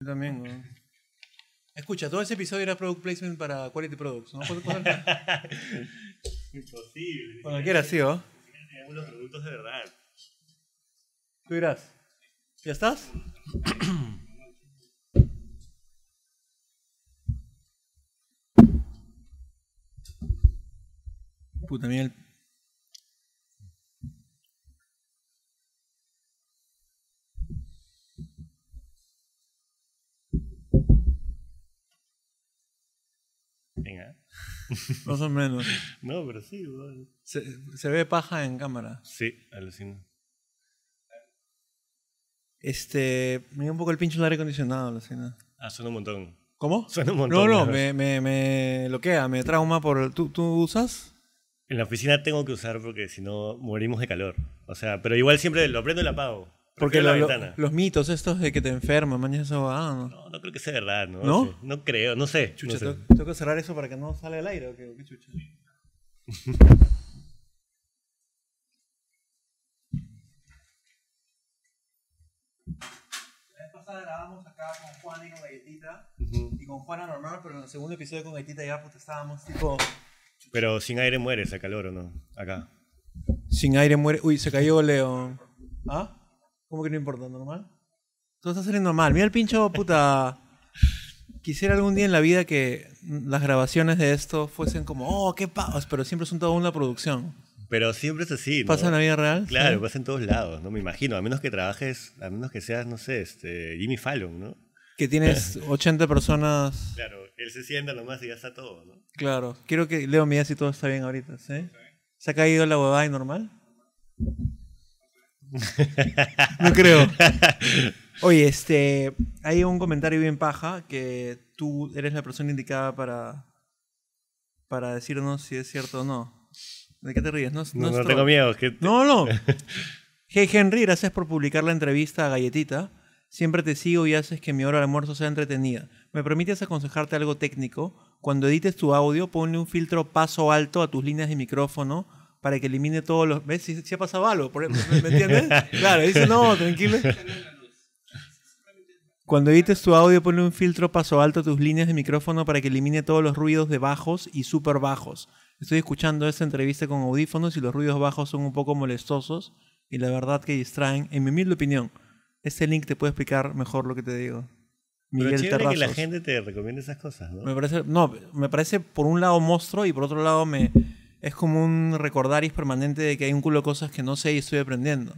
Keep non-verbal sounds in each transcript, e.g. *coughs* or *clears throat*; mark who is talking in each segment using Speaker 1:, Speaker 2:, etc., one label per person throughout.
Speaker 1: Yo también, weón. Escucha, todo ese episodio era product placement para Quality Products, ¿no? ¿Cuál- cuál- *laughs*
Speaker 2: Imposible.
Speaker 1: Cuando quieras, sí, ¿o?
Speaker 2: Tenemos los productos de verdad.
Speaker 1: Tú dirás. ¿Ya estás? *coughs* Puta, mira el-
Speaker 2: Venga.
Speaker 1: Más o menos.
Speaker 2: No, pero sí, weón.
Speaker 1: Se, se ve paja en cámara.
Speaker 2: Sí, alucino.
Speaker 1: Este, me dio un poco el pincho el aire acondicionado, Lucina.
Speaker 2: Ah, suena un montón.
Speaker 1: ¿Cómo?
Speaker 2: Suena un montón,
Speaker 1: No, no,
Speaker 2: ya
Speaker 1: me, me, me loquea, me trauma por... ¿Tú, tú usas?
Speaker 2: En la oficina tengo que usar porque si no morimos de calor. O sea, pero igual siempre lo prendo y lo apago.
Speaker 1: Porque
Speaker 2: Prefiero la
Speaker 1: lo- lo-
Speaker 2: ventana.
Speaker 1: los mitos estos de que te enfermas, mañana eso ah, no.
Speaker 2: No, no creo que sea verdad, ¿no?
Speaker 1: ¿No?
Speaker 2: Sí. No creo, no sé.
Speaker 1: Chucha,
Speaker 2: no sé.
Speaker 1: tengo- tengo que cerrar eso para que no salga el aire o qué, ¿O qué chucha. La vez pasada grabamos acá con Juan y con Galletita
Speaker 2: Ujú.
Speaker 1: y con Juana normal, pero en el segundo episodio con Galletita ya puta, estábamos tipo
Speaker 2: Pero sin aire mueres a calor o no. Acá.
Speaker 1: sin aire muere. Uy, se cayó Leo. ¿Ah? ¿Cómo que no importa? ¿Normal? Todo está saliendo normal. Mira el pincho, puta. Quisiera algún día en la vida que las grabaciones de esto fuesen como, oh, qué pavos, pero siempre son toda una producción.
Speaker 2: Pero siempre es así. ¿no?
Speaker 1: ¿Pasa en la vida real? *laughs*
Speaker 2: Claro,
Speaker 1: ¿Sí?
Speaker 2: pasa en todos lados, ¿no? Me imagino. A menos que trabajes, a menos que seas, no sé, este, Jimmy Fallon, ¿no?
Speaker 1: Que tienes 80 personas.
Speaker 2: Claro, él se sienta nomás y ya está todo, ¿no?
Speaker 1: Claro. Quiero que Leo me diga si todo está bien ahorita, ¿sí? ¿Se ha caído la huevada y
Speaker 2: *laughs*
Speaker 1: normal? No creo. Oye, este, hay un comentario bien paja que tú eres la persona indicada para, para decirnos si es cierto o no. ¿De qué te ríes? No, es-
Speaker 2: No,
Speaker 1: es
Speaker 2: no
Speaker 1: troll.
Speaker 2: tengo miedo, es que
Speaker 1: No, no. Hey Henry, gracias por publicar la entrevista a Galletita. Siempre te sigo y haces que mi hora de almuerzo sea entretenida. ¿Me permites aconsejarte algo técnico? Cuando edites tu audio, ponle un filtro paso alto a tus líneas de micrófono para que elimine todos los... ¿Ves? Si, si ha pasado algo, por ejemplo, ¿me, me entiendes? Claro, dice, no, tranquilo. Cuando edites tu audio, ponle un filtro paso alto a tus líneas de micrófono para que elimine todos los ruidos de bajos y super bajos. Estoy escuchando esta entrevista con audífonos y los ruidos bajos son un poco molestosos y la verdad que distraen, en mi humilde opinión. Este link te puede explicar mejor lo que te digo.
Speaker 2: pero
Speaker 1: Miguel
Speaker 2: chévere que la
Speaker 1: Terrazos.
Speaker 2: gente te recomiende esas cosas, ¿no?
Speaker 1: Me parece, no, me parece por un lado monstruo y por otro lado me es como un recordaris permanente de que hay un culo de cosas que no sé y estoy aprendiendo.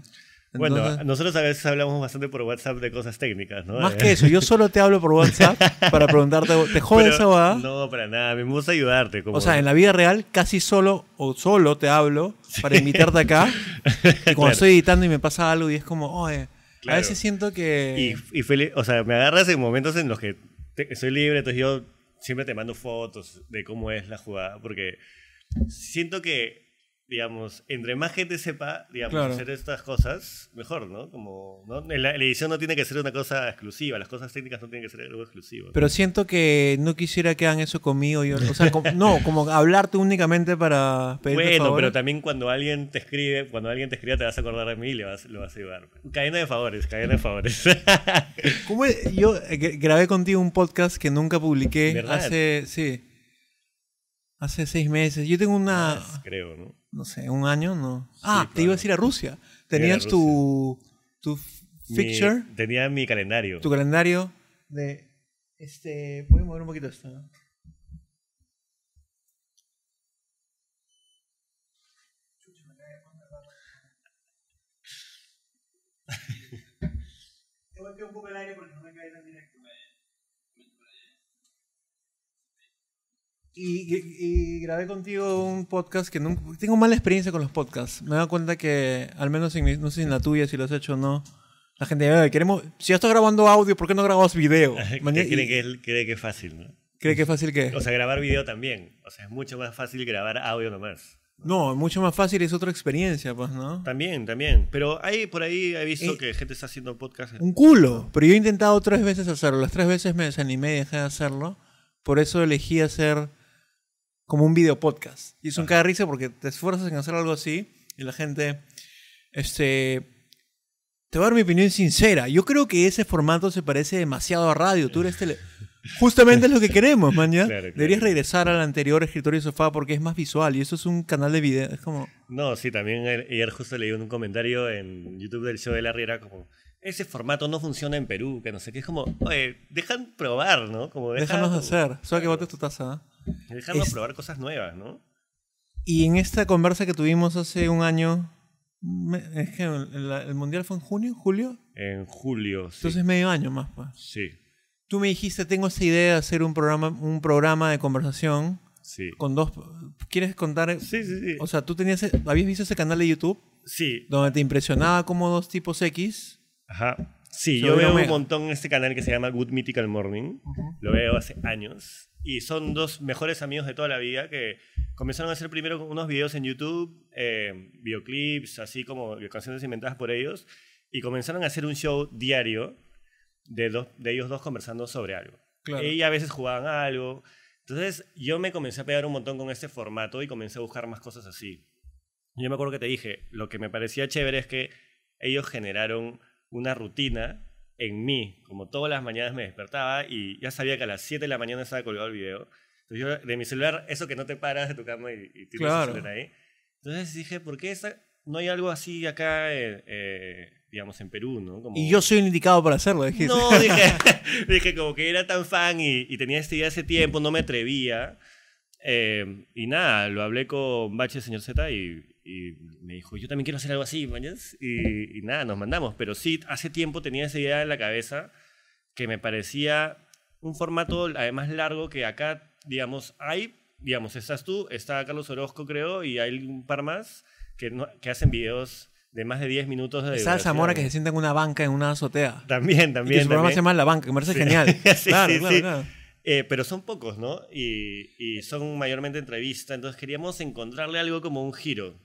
Speaker 2: bueno,
Speaker 1: Entonces-
Speaker 2: nosotros a veces hablamos bastante por WhatsApp de cosas técnicas, ¿no?
Speaker 1: *laughs*
Speaker 2: Eh,
Speaker 1: Más que eso, yo solo te hablo por WhatsApp para preguntarte, ¿te jode
Speaker 2: *laughs* Pero
Speaker 1: esa va?
Speaker 2: No, para nada, me gusta ayudarte. Como,
Speaker 1: o sea, en la vida real casi solo o solo te hablo para invitarte
Speaker 2: *laughs*
Speaker 1: acá. Y cuando
Speaker 2: Claro.
Speaker 1: estoy editando y me pasa algo y es como, oye, a
Speaker 2: Claro.
Speaker 1: veces siento
Speaker 2: Y,
Speaker 1: que...
Speaker 2: y feliz, o sea, me agarras en momentos en los que te- soy libre, entonces yo siempre te mando fotos de cómo es la jugada, porque siento que, digamos, entre más gente sepa, digamos,
Speaker 1: Claro.
Speaker 2: hacer estas cosas, mejor, ¿no? Como, ¿no? La, la edición no tiene que ser una cosa exclusiva, las cosas técnicas no tienen que ser algo exclusivo. ¿no?
Speaker 1: Pero siento que no quisiera que hagan eso conmigo. Yo, o sea, como- no, como hablarte únicamente para pedirte
Speaker 2: bueno,
Speaker 1: favores.
Speaker 2: pero también cuando alguien te escribe, cuando alguien te escribe te vas a acordar de mí y le vas, lo vas a ayudar. Cadena de favores, cadena de favores.
Speaker 1: ¿Cómo es? Yo eh, gra- grabé contigo un podcast que nunca publiqué
Speaker 2: ¿Verdad?
Speaker 1: hace, sí, hace seis meses. Yo tengo una,
Speaker 2: *laughs* Creo, ¿no?
Speaker 1: no sé, un año, no. Ah, te
Speaker 2: claro.
Speaker 1: ibas a ir a Rusia.
Speaker 2: a
Speaker 1: Tenías
Speaker 2: Rusia.
Speaker 1: tu, tu f-
Speaker 2: Mi-
Speaker 1: picture,
Speaker 2: tenía mi calendario.
Speaker 1: tu calendario de, este, voy a mover un poquito esto. ¿no? *laughs* Te golpeo un poco el aire porque no me cae tan directo. Y, y- y grabé contigo un podcast que nunca... Tengo mala experiencia con los podcasts. Me he dado cuenta que, al menos en mi- no sé si en la tuya, si lo has hecho o no, la gente, "Ay, queremos... Si ya estás grabando audio, ¿por qué no grabas video?
Speaker 2: *laughs* *laughs* Que
Speaker 1: Maña- y-
Speaker 2: cree, que es, cree que es fácil, ¿no?
Speaker 1: cree que es fácil
Speaker 2: *laughs*
Speaker 1: que...
Speaker 2: O sea, grabar video también. O sea, es mucho más fácil grabar audio nomás.
Speaker 1: No, es mucho más fácil, es otra experiencia, pues, ¿no?
Speaker 2: También, también. Pero ahí, por ahí he visto
Speaker 1: Eh,
Speaker 2: que gente está haciendo podcast.
Speaker 1: Un culo. Pero yo he intentado tres veces hacerlo. Las tres veces me desanimé y dejé de hacerlo. Por eso elegí hacer como un video podcast. Y es
Speaker 2: Ah.
Speaker 1: un cada risa porque te esfuerzas en hacer algo así y la gente este, Te voy a dar mi opinión sincera. Yo creo que ese formato se parece demasiado a radio. Tú eres
Speaker 2: *laughs*
Speaker 1: tele... Justamente es lo que queremos, man. ¿ya?
Speaker 2: Claro, claro.
Speaker 1: Deberías regresar al anterior escritorio y sofá porque es más visual y eso es un canal de video. Es como.
Speaker 2: No, sí, también el- ayer justo leí un comentario en YouTube del show de Larry, era como, ese formato no funciona en Perú, que no sé qué, es como, oye, dejan probar, ¿no? Como deja-
Speaker 1: Déjanos
Speaker 2: como-
Speaker 1: hacer. Solo que botes tu taza. ¿ah?
Speaker 2: Dejarnos
Speaker 1: Es-
Speaker 2: probar cosas nuevas, ¿no?
Speaker 1: Y en esta conversa que tuvimos hace un año, me- es que el, el mundial fue en junio, julio,
Speaker 2: En julio, sí.
Speaker 1: entonces medio año más. Pues.
Speaker 2: sí,
Speaker 1: Tú me dijiste, tengo esta idea de hacer un programa, un programa de conversación
Speaker 2: sí.
Speaker 1: con dos... ¿Quieres contar?
Speaker 2: Sí, sí, sí.
Speaker 1: O sea, tú tenías, e, habías visto ese canal de YouTube
Speaker 2: Sí,
Speaker 1: donde te impresionaba cómo dos tipos X...
Speaker 2: ajá. Sí,
Speaker 1: Sobre
Speaker 2: yo veo un
Speaker 1: Omega.
Speaker 2: montón este canal que se llama Good Mythical Morning. Lo veo hace años. Y son dos mejores amigos de toda la vida que comenzaron a hacer primero unos videos en YouTube, eh, videoclips, así como canciones inventadas por ellos. Y comenzaron a hacer un show diario de, dos- de ellos dos conversando sobre algo.
Speaker 1: Claro.
Speaker 2: Y a veces jugaban algo. Entonces yo me comencé a pegar un montón con este formato y comencé a buscar más cosas así. Yo me acuerdo que te dije, lo que me parecía chévere es que ellos generaron una rutina en mí, como todas las mañanas me despertaba y ya sabía que a las 7 de la mañana estaba colgado el video. Entonces yo de mi celular, eso que no te paras de tu cama y, y tiras
Speaker 1: Claro.
Speaker 2: el celular ahí. Entonces dije, ¿por qué esa- no hay algo así acá, eh, eh, digamos, en Perú, no? Como-
Speaker 1: Y yo soy el indicado para hacerlo, *laughs* dijiste.
Speaker 2: no, dije, *laughs* dije como que era tan fan y, y tenía este idea hace tiempo, no me atrevía. Eh, y nada, lo hablé con Bache, señor Z, y, y me dijo, yo también quiero hacer algo así, mañas. Y, y nada, nos mandamos. Pero sí, hace tiempo tenía esa idea en la cabeza que me parecía un formato además largo que acá, digamos, hay, digamos, estás tú, está Carlos Orozco, creo, y hay un par más que, no- que hacen videos de más de 10 minutos de
Speaker 1: Está el Zamora que se
Speaker 2: duración.
Speaker 1: sienta en una banca, en una azotea.
Speaker 2: También,
Speaker 1: Y que
Speaker 2: también.
Speaker 1: su programa
Speaker 2: también.
Speaker 1: se llama La Banca, que me parece
Speaker 2: Sí.
Speaker 1: genial.
Speaker 2: *laughs* Sí,
Speaker 1: claro,
Speaker 2: sí,
Speaker 1: claro,
Speaker 2: sí.
Speaker 1: claro.
Speaker 2: Eh, pero son pocos, ¿no? Y, y son mayormente entrevistas, entonces queríamos encontrarle algo como un giro.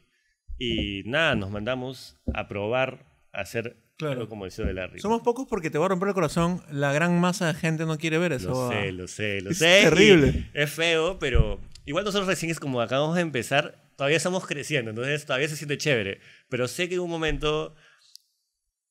Speaker 2: Y nada, nos mandamos a probar a hacer
Speaker 1: Claro.
Speaker 2: algo como el show de Larry.
Speaker 1: Somos pocos porque te voy a romper el corazón. La gran masa de gente no quiere ver eso.
Speaker 2: Lo
Speaker 1: ah.
Speaker 2: sé, lo sé, lo
Speaker 1: Es
Speaker 2: sé. y
Speaker 1: terrible.
Speaker 2: Es feo, pero igual nosotros recién es como acabamos de empezar, todavía estamos creciendo, entonces todavía se siente chévere. Pero sé que en un momento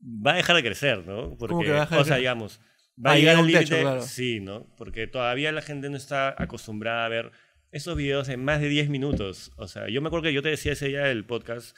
Speaker 2: va a dejar de crecer, ¿no? Porque,
Speaker 1: que va a dejar de
Speaker 2: o sea,
Speaker 1: crecer?
Speaker 2: digamos, va
Speaker 1: Ah,
Speaker 2: a
Speaker 1: llega
Speaker 2: llegar al
Speaker 1: un techo,
Speaker 2: límite.
Speaker 1: claro.
Speaker 2: Sí, ¿no? Porque todavía la gente no está acostumbrada a ver esos videos en más de 10 minutos. O sea, yo me acuerdo que yo te decía ese día del podcast.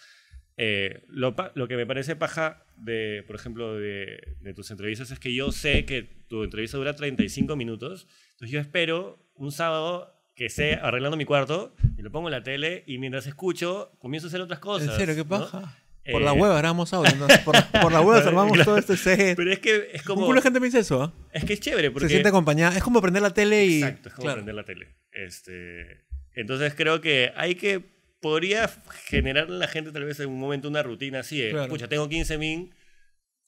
Speaker 2: eh, lo, pa- lo que me parece paja de, por ejemplo, de, de tus entrevistas es que yo sé que tu entrevista dura 35 minutos, entonces yo espero un sábado que esté arreglando mi cuarto y lo pongo en la tele y mientras escucho comienzo a hacer otras cosas.
Speaker 1: ¿En serio? ¿Qué
Speaker 2: ¿no?
Speaker 1: paja? Por la
Speaker 2: Eh,
Speaker 1: hueva grabamos audio. entonces, por, por la
Speaker 2: *laughs*
Speaker 1: hueva armamos todo este set.
Speaker 2: Pero es que es
Speaker 1: Un
Speaker 2: como...
Speaker 1: culo de gente piensa eso, ¿ah?
Speaker 2: Es que es chévere porque...
Speaker 1: Se siente acompañada. Es como prender la tele y.
Speaker 2: Exacto, es como
Speaker 1: claro.
Speaker 2: prender la tele. Este, entonces creo que hay que. Podría generar en la gente tal vez en un momento una rutina así de,
Speaker 1: Claro.
Speaker 2: pucha, tengo 15 min,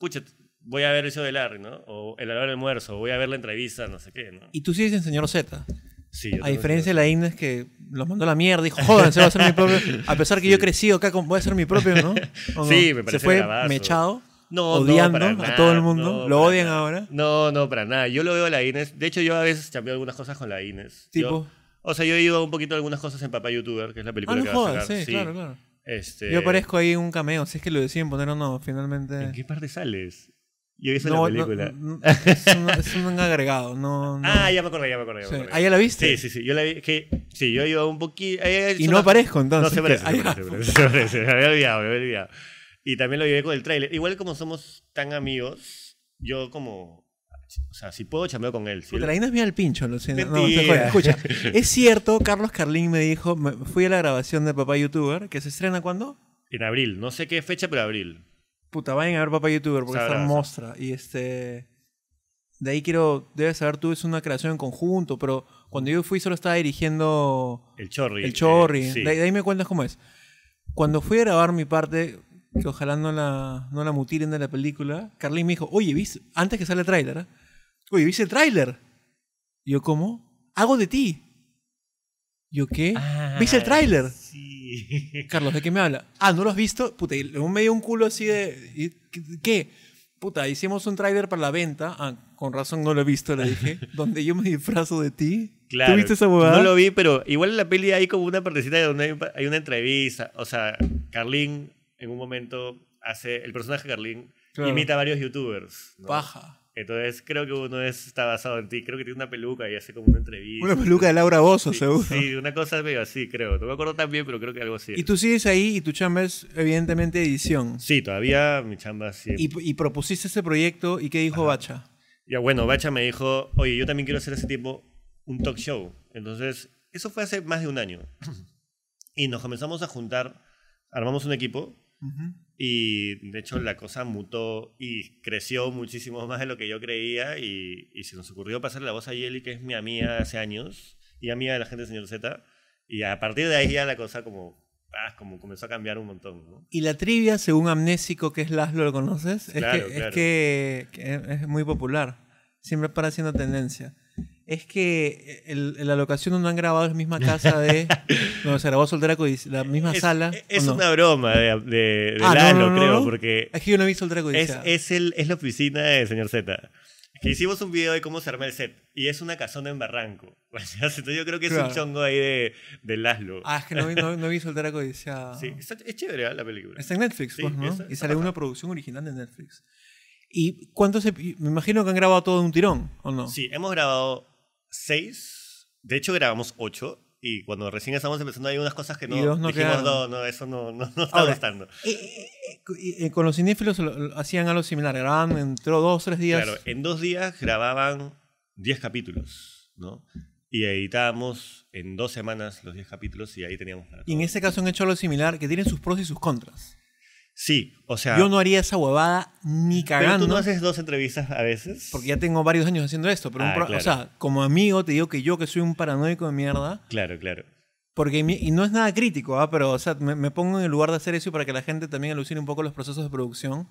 Speaker 2: pucha, t- voy a ver eso de Larry, ¿no? O el hora del almuerzo, voy a ver la entrevista, no sé qué, ¿no?
Speaker 1: Y tú sigues en Señor Z.
Speaker 2: Sí, yo
Speaker 1: A
Speaker 2: tengo
Speaker 1: diferencia de la Inés que los mandó a la mierda. Dijo, jódanse, voy a hacer mi propio. A pesar que yo he crecido acá, con- voy a hacer mi propio,
Speaker 2: *laughs*
Speaker 1: ¿no? ¿O no?
Speaker 2: Sí, me parece
Speaker 1: Se fue
Speaker 2: bravazo.
Speaker 1: mechado,
Speaker 2: No, no,
Speaker 1: odiando
Speaker 2: para
Speaker 1: a
Speaker 2: nada,
Speaker 1: todo el mundo.
Speaker 2: no,
Speaker 1: Lo
Speaker 2: para
Speaker 1: odian
Speaker 2: nada.
Speaker 1: ahora.
Speaker 2: No, no, para nada. Yo lo veo a la Inés. De hecho, yo a veces chambeo algunas cosas con la Inés.
Speaker 1: Tipo.
Speaker 2: Yo- o sea, yo he ido un poquito a algunas cosas en Papá YouTuber, que es la película
Speaker 1: Ah, no
Speaker 2: que va a
Speaker 1: jodas,
Speaker 2: sacar.
Speaker 1: sí, claro, claro.
Speaker 2: Este,
Speaker 1: Yo aparezco ahí en un cameo, si es que lo deciden poner o no, finalmente.
Speaker 2: ¿En qué parte sales? Yo he visto
Speaker 1: No,
Speaker 2: la
Speaker 1: no,
Speaker 2: película.
Speaker 1: no, es, un, es un agregado,
Speaker 2: *laughs*
Speaker 1: no. no.
Speaker 2: Ah, ya me acordé, ya me acordé. Ya me
Speaker 1: Sí.
Speaker 2: acordé.
Speaker 1: Ah, ¿ya la viste?
Speaker 2: Sí, sí, sí. Yo la vi. Que, sí, yo he ido un eh, poquito.
Speaker 1: Y no aparezco, entonces,
Speaker 2: No se
Speaker 1: *laughs*
Speaker 2: parece.
Speaker 1: que-
Speaker 2: se
Speaker 1: ah, ya.
Speaker 2: parece, se parece, se parece. *laughs* Me había olvidado, me había olvidado. Y también lo llevé con el tráiler. Igual como somos tan amigos, yo como. O sea, si puedo chambeo con él. Si
Speaker 1: Puta,
Speaker 2: él-
Speaker 1: la Inés mira el pincho, Lucina. No,
Speaker 2: Mentira.
Speaker 1: se jode.
Speaker 2: *laughs*
Speaker 1: escucha. Es cierto, Carlos Carlín me dijo, me- fui a la grabación de Papá Youtuber, que se estrena cuando?
Speaker 2: En abril. No sé qué fecha, pero abril.
Speaker 1: Puta, vayan a ver Papá Youtuber porque está
Speaker 2: Sabrás.
Speaker 1: mostra. Y este. De ahí quiero. Debes saber, tú es una creación en conjunto, pero cuando yo fui solo estaba dirigiendo
Speaker 2: El Chorri.
Speaker 1: El chorri.
Speaker 2: Eh, sí.
Speaker 1: de, ahí- de ahí me cuentas cómo es. Cuando fui a grabar mi parte, que ojalá no la, no la mutilen de la película, Carlín me dijo, oye, ¿viste? Antes que sale el tráiler, ¿ah? Oye, ¿viste el tráiler? Y Yo, ¿cómo? Hago de ti. Yo, ¿qué?
Speaker 2: Ah,
Speaker 1: ¿Viste el tráiler?
Speaker 2: Sí. *laughs*
Speaker 1: Carlos, ¿de qué me habla? Ah, ¿no lo has visto? Puta, y luego me dio un culo así de... ¿y qué- ¿Qué? Puta, hicimos un tráiler para la venta. Ah, con razón no lo he visto, le dije. *laughs* Donde yo me disfrazo de ti.
Speaker 2: Claro.
Speaker 1: ¿Tú viste esa huevada?
Speaker 2: No lo vi, pero igual en la peli hay como una partecita donde hay, un pa- hay una entrevista. O sea, Carlín en un momento hace. El personaje de Carlín
Speaker 1: Claro.
Speaker 2: imita a varios youtubers. ¿no?
Speaker 1: Paja.
Speaker 2: Entonces creo que uno es- está basado en ti. Creo que tiene una peluca y hace como una entrevista.
Speaker 1: Una peluca de Laura Bozo,
Speaker 2: Sí,
Speaker 1: seguro.
Speaker 2: Sí, una cosa medio así, creo. No me acuerdo tan bien, pero creo que algo así.
Speaker 1: Y tú sigues ahí y tu chamba es evidentemente edición.
Speaker 2: Sí, todavía mi chamba sí.
Speaker 1: Y, y propusiste ese proyecto y qué dijo Bacha.
Speaker 2: Ya bueno, Bacha me dijo, oye, yo también quiero hacer ese tipo un talk show. Entonces, eso fue hace más de un año. *clears throat* Y nos comenzamos a juntar, armamos un equipo y de hecho la cosa mutó y creció muchísimo *laughs* más de lo que yo creía y, y se nos ocurrió pasarle la voz a Yeli, que es mi amiga hace años y amiga de la gente de Señor Z. Y a partir de ahí ya la cosa como, ah, como comenzó a cambiar un montón. ¿no?
Speaker 1: Y la trivia, según Amnésico, que es Laszlo, ¿lo conoces? Es,
Speaker 2: Claro,
Speaker 1: que,
Speaker 2: claro.
Speaker 1: es que- que es muy popular. Siempre para haciendo tendencia. Es que el- la locación donde han grabado es la misma casa
Speaker 2: *laughs*
Speaker 1: de. donde se grabó Soltera Codicial. La misma
Speaker 2: Es- e,
Speaker 1: sala.
Speaker 2: Es,
Speaker 1: ¿o no?
Speaker 2: una broma de, de, de
Speaker 1: Ah, no,
Speaker 2: Lalo,
Speaker 1: no, no,
Speaker 2: creo,
Speaker 1: no.
Speaker 2: porque
Speaker 1: Es que yo no vi Soltera
Speaker 2: Es,
Speaker 1: Codicial.
Speaker 2: es, el, es la oficina del señor Z. Que hicimos un video de cómo se arma el set. Y es una casona en Barranco. *laughs* O sea, Entonces yo creo que es
Speaker 1: Claro.
Speaker 2: un chongo ahí de, de Laszlo.
Speaker 1: Ah, es que no vi, no, no vi Soltera Codicial.
Speaker 2: Sí, está- es chévere ¿eh? la película.
Speaker 1: Está en Netflix,
Speaker 2: Sí,
Speaker 1: pues, ¿no?
Speaker 2: esa-
Speaker 1: y
Speaker 2: esa
Speaker 1: sale
Speaker 2: baja.
Speaker 1: una producción original de Netflix. ¿Y cuántos epi- Me imagino que han grabado todo de un tirón, ¿o no?
Speaker 2: Sí, hemos grabado seis. De hecho, grabamos ocho. Y cuando recién estamos empezando hay unas cosas que no,
Speaker 1: Y dos no
Speaker 2: dijimos,
Speaker 1: quedaron.
Speaker 2: no, no, eso no, no, no está
Speaker 1: Ahora,
Speaker 2: gustando.
Speaker 1: Eh, eh, eh, cu- y- eh, con los cinéfilos lo- lo- hacían algo similar. Grababan entre dos, tres días.
Speaker 2: Claro, eh. en dos días grababan 10 capítulos, ¿no? Y editábamos en dos semanas los 10 capítulos y ahí teníamos para
Speaker 1: y en
Speaker 2: todo.
Speaker 1: este caso han hecho algo similar que tienen sus pros y sus contras.
Speaker 2: Sí, o sea...
Speaker 1: Yo no haría esa huevada ni
Speaker 2: Pero
Speaker 1: cagando.
Speaker 2: tú no haces dos entrevistas a veces.
Speaker 1: Porque ya tengo varios años haciendo esto. Pero un
Speaker 2: Ah,
Speaker 1: pro-
Speaker 2: claro.
Speaker 1: O sea, como amigo te digo que yo que soy un paranoico de mierda.
Speaker 2: Claro, claro.
Speaker 1: Porque mi- y no es nada crítico, ¿ah? pero o sea, me, me pongo en el lugar de hacer eso para que la gente también alucine un poco los procesos de producción.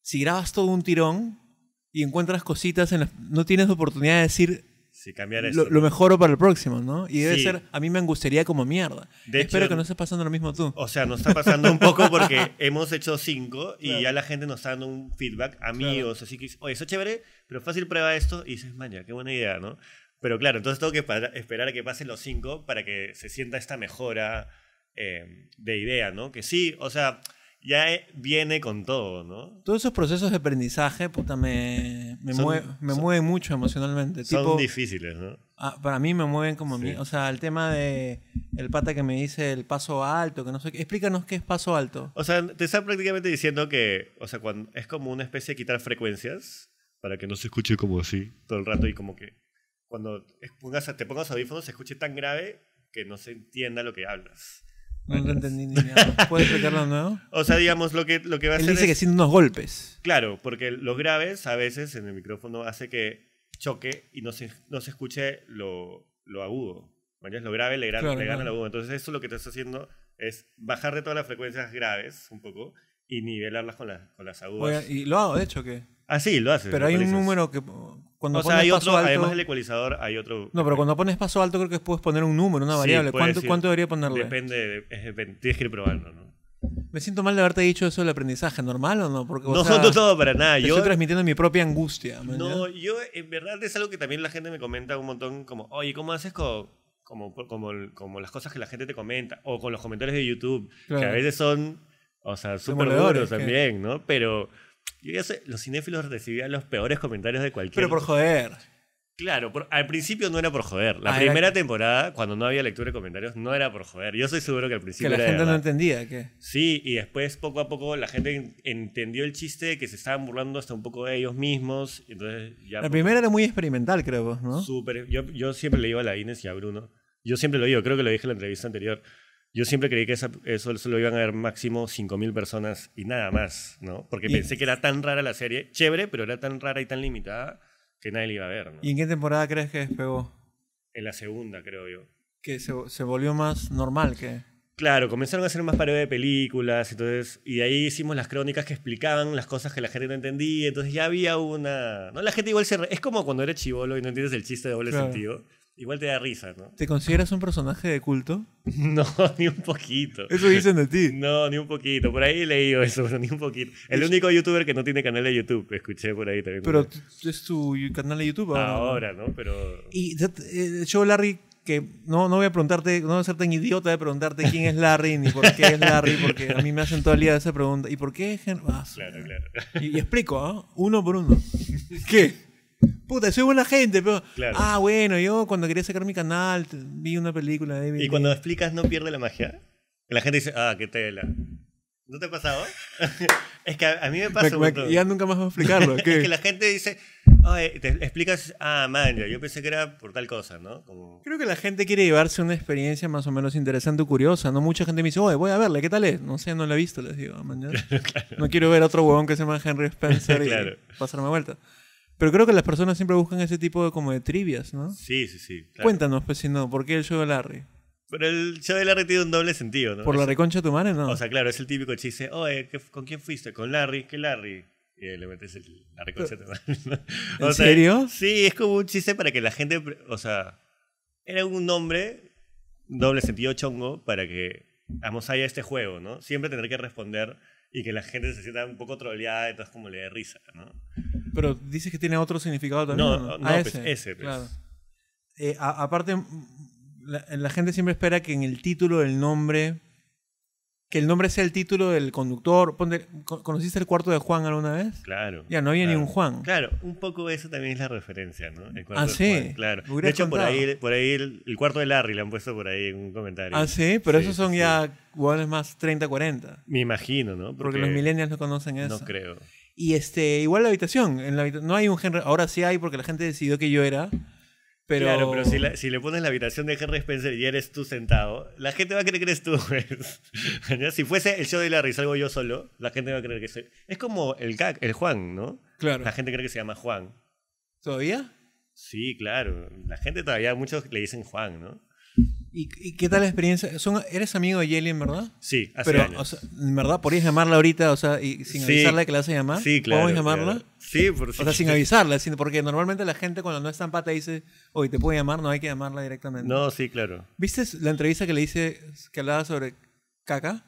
Speaker 1: Si grabas todo un tirón y encuentras cositas, en las- no tienes oportunidad de decir
Speaker 2: Sí, cambiar eso.
Speaker 1: lo, lo mejoro para el próximo, ¿no? Y debe
Speaker 2: Sí.
Speaker 1: ser, a mí me angustiaría como mierda.
Speaker 2: De
Speaker 1: Espero
Speaker 2: hecho,
Speaker 1: que no estés pasando lo mismo tú.
Speaker 2: O sea, nos está pasando un
Speaker 1: *laughs*
Speaker 2: poco porque hemos hecho cinco y ya la gente nos está dando un feedback, amigos, así que, dice, oye, eso es chévere, pero fácil prueba esto y dices, maña, qué buena idea, ¿no? Pero claro, entonces tengo que para- esperar a que pasen los cinco para que se sienta esta mejora eh, de idea, ¿no? Que sí, o sea, ya eh, viene con todo, ¿no?
Speaker 1: Todos esos procesos de aprendizaje, puta, me, me,
Speaker 2: Son-
Speaker 1: mue- me
Speaker 2: son-
Speaker 1: mueve mucho emocionalmente.
Speaker 2: Son
Speaker 1: tipo,
Speaker 2: difíciles, ¿no?
Speaker 1: Ah, para mí me mueven como a
Speaker 2: Sí.
Speaker 1: mí. O sea, el tema de el pata que me dice el paso alto, que no sé qué. Explícanos qué es paso alto.
Speaker 2: O sea, te está prácticamente diciendo que, o sea, cuando, es como una especie de quitar frecuencias para que no se escuche como así todo el rato y como que cuando es- pongas, te pongas audífonos se escuche tan grave que no se entienda lo que hablas.
Speaker 1: No lo entendí ni
Speaker 2: *laughs*
Speaker 1: mierda. ¿Puedes explicarlo de nuevo?
Speaker 2: O sea, digamos, lo que, lo que va a
Speaker 1: Él
Speaker 2: hacer
Speaker 1: dice que
Speaker 2: es...
Speaker 1: siente unos golpes.
Speaker 2: Claro, porque los graves a veces en el micrófono hace que choque y no se, no se escuche lo, lo agudo. ¿Entiendes? Lo grave le, gra-
Speaker 1: Claro,
Speaker 2: le gana
Speaker 1: claro.
Speaker 2: lo agudo. Entonces eso lo que te está haciendo es bajar de todas las frecuencias graves un poco y nivelarlas con, las con las agudas.
Speaker 1: Oye, y lo hago, de hecho, que.
Speaker 2: Ah, sí, lo haces.
Speaker 1: Pero hay un
Speaker 2: ecualizas.
Speaker 1: número que. Cuando
Speaker 2: O sea,
Speaker 1: pones
Speaker 2: hay
Speaker 1: paso
Speaker 2: otro,
Speaker 1: alto.
Speaker 2: además del ecualizador, hay otro.
Speaker 1: No, pero cuando pones paso alto, creo que puedes poner un número, una
Speaker 2: Sí,
Speaker 1: variable.
Speaker 2: puedes
Speaker 1: ¿Cuánto,
Speaker 2: decir-
Speaker 1: cuánto debería ponerle?
Speaker 2: Depende, de- es depende, tienes que ir probando, ¿no?
Speaker 1: Me siento mal de haberte dicho eso del aprendizaje, ¿normal o no? Porque o
Speaker 2: no,
Speaker 1: sea,
Speaker 2: no todo para nada.
Speaker 1: te
Speaker 2: Yo,
Speaker 1: estoy transmitiendo mi propia angustia. man,
Speaker 2: no,
Speaker 1: ¿ya?
Speaker 2: yo, en verdad, es algo que también la gente me comenta un montón, como, oye, ¿cómo haces co- Como, como, el- como las cosas que la gente te comenta, o con los comentarios de YouTube, que
Speaker 1: Claro.
Speaker 2: a veces son, o sea, súper
Speaker 1: Demoledores,
Speaker 2: duros
Speaker 1: que-
Speaker 2: también, ¿no? Pero yo ya sé, los cinéfilos recibían los peores comentarios de cualquier.
Speaker 1: Pero por joder.
Speaker 2: Claro, por- al principio no era por joder.
Speaker 1: Ah,
Speaker 2: La
Speaker 1: era
Speaker 2: primera temporada, cuando no había lectura de comentarios, no era por joder. Yo soy seguro que al
Speaker 1: Que
Speaker 2: principio
Speaker 1: la
Speaker 2: era de
Speaker 1: gente no
Speaker 2: verdad.
Speaker 1: entendía. que
Speaker 2: Sí, y después poco a poco la gente en- entendió el chiste de que se estaban burlando hasta un poco de ellos mismos. Entonces ya
Speaker 1: La
Speaker 2: poco-
Speaker 1: primera era muy experimental, creo, ¿no?
Speaker 2: súper- yo, yo siempre le digo a la Inés y a Bruno, yo siempre lo digo, creo que lo dije en la entrevista anterior, yo siempre creí que esa- eso solo iban a ver máximo 5.000 personas y nada más, ¿no? Porque
Speaker 1: Y-
Speaker 2: pensé que era tan rara la serie, chévere, pero era tan rara y tan limitada que nadie la iba a ver, ¿no?
Speaker 1: ¿Y en qué temporada crees que despegó?
Speaker 2: En la segunda, creo yo.
Speaker 1: Que se, se volvió más normal que...
Speaker 2: Claro, comenzaron a hacer más parodia de películas, entonces, y de ahí hicimos las crónicas que explicaban las cosas que la gente no entendía, entonces ya había una... ¿no? La gente igual se... re- Es como cuando eres chivolo y no entiendes el chiste de doble
Speaker 1: Claro.
Speaker 2: sentido, igual te da risa,
Speaker 1: *laughs*
Speaker 2: ¿no?
Speaker 1: ¿Te consideras un personaje de culto?
Speaker 2: No, *laughs* ni un poquito.
Speaker 1: Eso dicen de ti.
Speaker 2: No, ni un poquito. Por ahí he leído eso, pero ni un poquito. El único youtuber que no tiene canal de YouTube, escuché por ahí también.
Speaker 1: ah. Pero t- es tu canal de YouTube ahora.
Speaker 2: Ahora, ¿no? Pero...
Speaker 1: Y de- eh, el show Larry que no, no voy a preguntarte, no voy a ser tan idiota de preguntarte quién es Larry ni por qué es
Speaker 2: *laughs*
Speaker 1: Larry, porque a mí me hacen todo el día esa pregunta. ¿Y por qué es Henry? Ah, su-
Speaker 2: Claro, claro.
Speaker 1: y, y explico, ¿ah? Uno por
Speaker 2: *laughs*
Speaker 1: uno. ¿Qué? Puta, soy buena gente, pero.
Speaker 2: Claro.
Speaker 1: Ah, bueno, yo cuando quería sacar mi canal te- vi una película de David.
Speaker 2: Y cuando explicas no pierde la magia. La gente dice, ah, qué tela. ¿No te ha pasado? *laughs* es que a, a mí me
Speaker 1: Lynch.
Speaker 2: pasa
Speaker 1: Me-
Speaker 2: un
Speaker 1: me-
Speaker 2: montón.
Speaker 1: ya nunca más voy a explicarlo. ¿qué?
Speaker 2: *laughs* Es que la gente dice, "Ay, te explicas, ah, man, ya, yo pensé que era por tal cosa, ¿no? Como,
Speaker 1: Creo que la gente quiere llevarse una experiencia más o menos interesante o curiosa. No mucha gente me dice, oye, voy a verla, ¿qué tal es? No sé, no la he visto, les digo. "Ah, man, ya".
Speaker 2: *laughs*
Speaker 1: No quiero ver a otro huevón que se llama Henry Spencer
Speaker 2: Claro.
Speaker 1: y pasarme vuelta. Pero creo que las personas siempre buscan ese tipo de como de trivias, ¿no?
Speaker 2: sí, sí, sí. claro.
Speaker 1: Cuéntanos, pues si no, ¿por qué el show de Larry?
Speaker 2: Pero el show de Larry tiene un doble sentido, ¿no?
Speaker 1: ¿Por la reconcha de tu madre? No.
Speaker 2: O sea, claro, es el típico chiste, oye, ¿qué- ¿con quién fuiste? ¿Con Larry? ¿Qué Larry? Y le metes el, la reconcha. a tu madre, ¿no? *laughs*
Speaker 1: ¿En serio?
Speaker 2: Sí, es como un chiste para que la gente, pre- o sea, era un nombre, doble sentido chongo, para que vamos haya este juego, ¿no? Siempre tener que responder y que la gente se sienta un poco troleada, entonces como le dé risa, ¿no?
Speaker 1: Pero dices que tiene otro significado también.
Speaker 2: No,
Speaker 1: ¿o
Speaker 2: no,
Speaker 1: Ah,
Speaker 2: pues, ese, pues.
Speaker 1: Claro. Eh, a- aparte, m- la, la gente siempre espera que en el título del nombre. Que el nombre sea el título del conductor. Ponte- ¿co- ¿Conociste el cuarto de Juan alguna vez?
Speaker 2: Claro.
Speaker 1: Ya, no había
Speaker 2: claro.
Speaker 1: ni un Juan.
Speaker 2: Claro, un poco eso también es la referencia, ¿no? El cuarto
Speaker 1: Ah,
Speaker 2: de
Speaker 1: sí.
Speaker 2: Juan, claro.
Speaker 1: Me hubieras
Speaker 2: De hecho, por
Speaker 1: contado.
Speaker 2: ahí, por ahí el, el cuarto de Larry le han puesto por ahí en un comentario.
Speaker 1: Ah, sí, pero
Speaker 2: Sí,
Speaker 1: esos
Speaker 2: sí,
Speaker 1: son
Speaker 2: sí.
Speaker 1: ya jugadores más 30, 40.
Speaker 2: Me imagino, ¿no?
Speaker 1: Porque, los millennials no conocen eso.
Speaker 2: No creo.
Speaker 1: Y este, igual la habitación. En la habita- no hay un Henry. Ahora sí hay porque la gente decidió que yo era. Pero.
Speaker 2: Claro, pero si, la- si le pones la habitación de Henry Spencer y eres tú sentado, la gente va a creer que eres tú. *laughs* pues. Ya, si fuese el show de Larry, salgo yo solo, la gente va a creer que soy. Es como el, gag, el Juan, ¿no?
Speaker 1: Claro.
Speaker 2: La gente cree que se llama Juan.
Speaker 1: ¿Todavía?
Speaker 2: Sí, claro. La gente todavía, muchos le dicen Juan, ¿no?
Speaker 1: ¿Y, y qué tal la experiencia? ¿Son, ¿Eres amigo de Jelly en verdad?
Speaker 2: Sí, hace
Speaker 1: Pero,
Speaker 2: años.
Speaker 1: o sea, en verdad, podrías llamarla ahorita, o sea, y sin
Speaker 2: Sí.
Speaker 1: avisarla que la vas a llamar.
Speaker 2: sí, claro.
Speaker 1: ¿Podemos llamarla?
Speaker 2: claro. Sí, por
Speaker 1: O sea, sin
Speaker 2: *laughs* supuesto.
Speaker 1: avisarla, sin- porque normalmente la gente cuando no está en pata dice, oye, te puedo llamar, no hay que llamarla directamente.
Speaker 2: No, sí, claro.
Speaker 1: ¿Viste la entrevista que le hice, que hablaba sobre caca?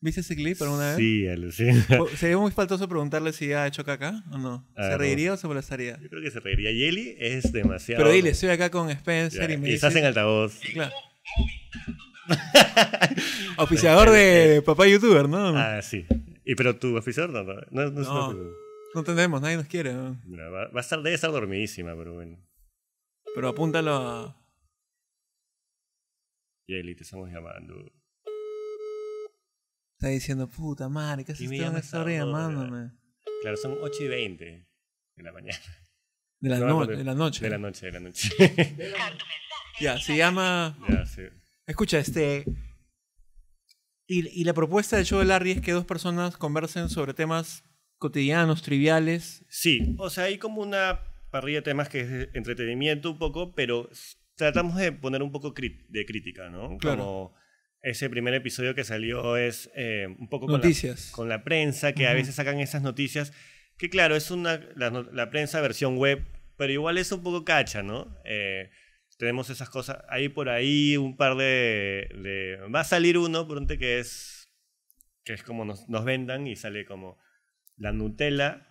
Speaker 1: ¿Viste ese clip alguna vez?
Speaker 2: Sí, alucina. *laughs*
Speaker 1: O- Sería muy faltoso preguntarle si ha hecho caca o no.
Speaker 2: Ah,
Speaker 1: ¿Se
Speaker 2: no.
Speaker 1: reiría o se molestaría?
Speaker 2: Yo creo que se reiría. Yeli es demasiado.
Speaker 1: Pero dile, estoy acá con
Speaker 2: Ya,
Speaker 1: Spencer y me
Speaker 2: y estás en
Speaker 1: dice...
Speaker 2: altavoz.
Speaker 1: *laughs* Claro. Auspiciador de papá youtuber, ¿no? *laughs*
Speaker 2: Ah, sí. Y pero tu oficial no, no, no, no es
Speaker 1: No.
Speaker 2: una-
Speaker 1: No entendemos, nadie nos quiere. ¿no?
Speaker 2: Mira, va, va a estar, debe estar dormidísima, pero bueno.
Speaker 1: Pero apúntalo a...
Speaker 2: Yeli, te estamos llamando.
Speaker 1: Está diciendo, puta madre, ¿qué haces
Speaker 2: Y me
Speaker 1: tú en
Speaker 2: llamas
Speaker 1: esta hora
Speaker 2: ahora.
Speaker 1: llamándome?
Speaker 2: Claro, son 8 y 20 de la mañana.
Speaker 1: De la,
Speaker 2: No,
Speaker 1: no-
Speaker 2: pero-
Speaker 1: de la noche.
Speaker 2: De la noche, de
Speaker 1: *laughs*
Speaker 2: la noche. *laughs*
Speaker 1: Ya, se llama...
Speaker 2: ya, sí.
Speaker 1: Escucha, este... Y, y la propuesta del show de Larry es que dos personas conversen sobre temas cotidianos, triviales.
Speaker 2: Sí, o sea, hay como una parrilla de temas que es de entretenimiento un poco, pero s- tratamos de poner un poco cri- de crítica, ¿no?
Speaker 1: Claro.
Speaker 2: Como ese primer episodio que salió es eh, un poco con la-
Speaker 1: Noticias.
Speaker 2: con la prensa, que a veces sacan esas noticias, que claro, es una, la, no- la prensa versión web, pero igual es un poco cacha, ¿no? Eh, tenemos esas cosas, ahí por ahí un par de... de- va a salir uno, pronto que es, que es como nos, nos vendan y sale como la Nutella,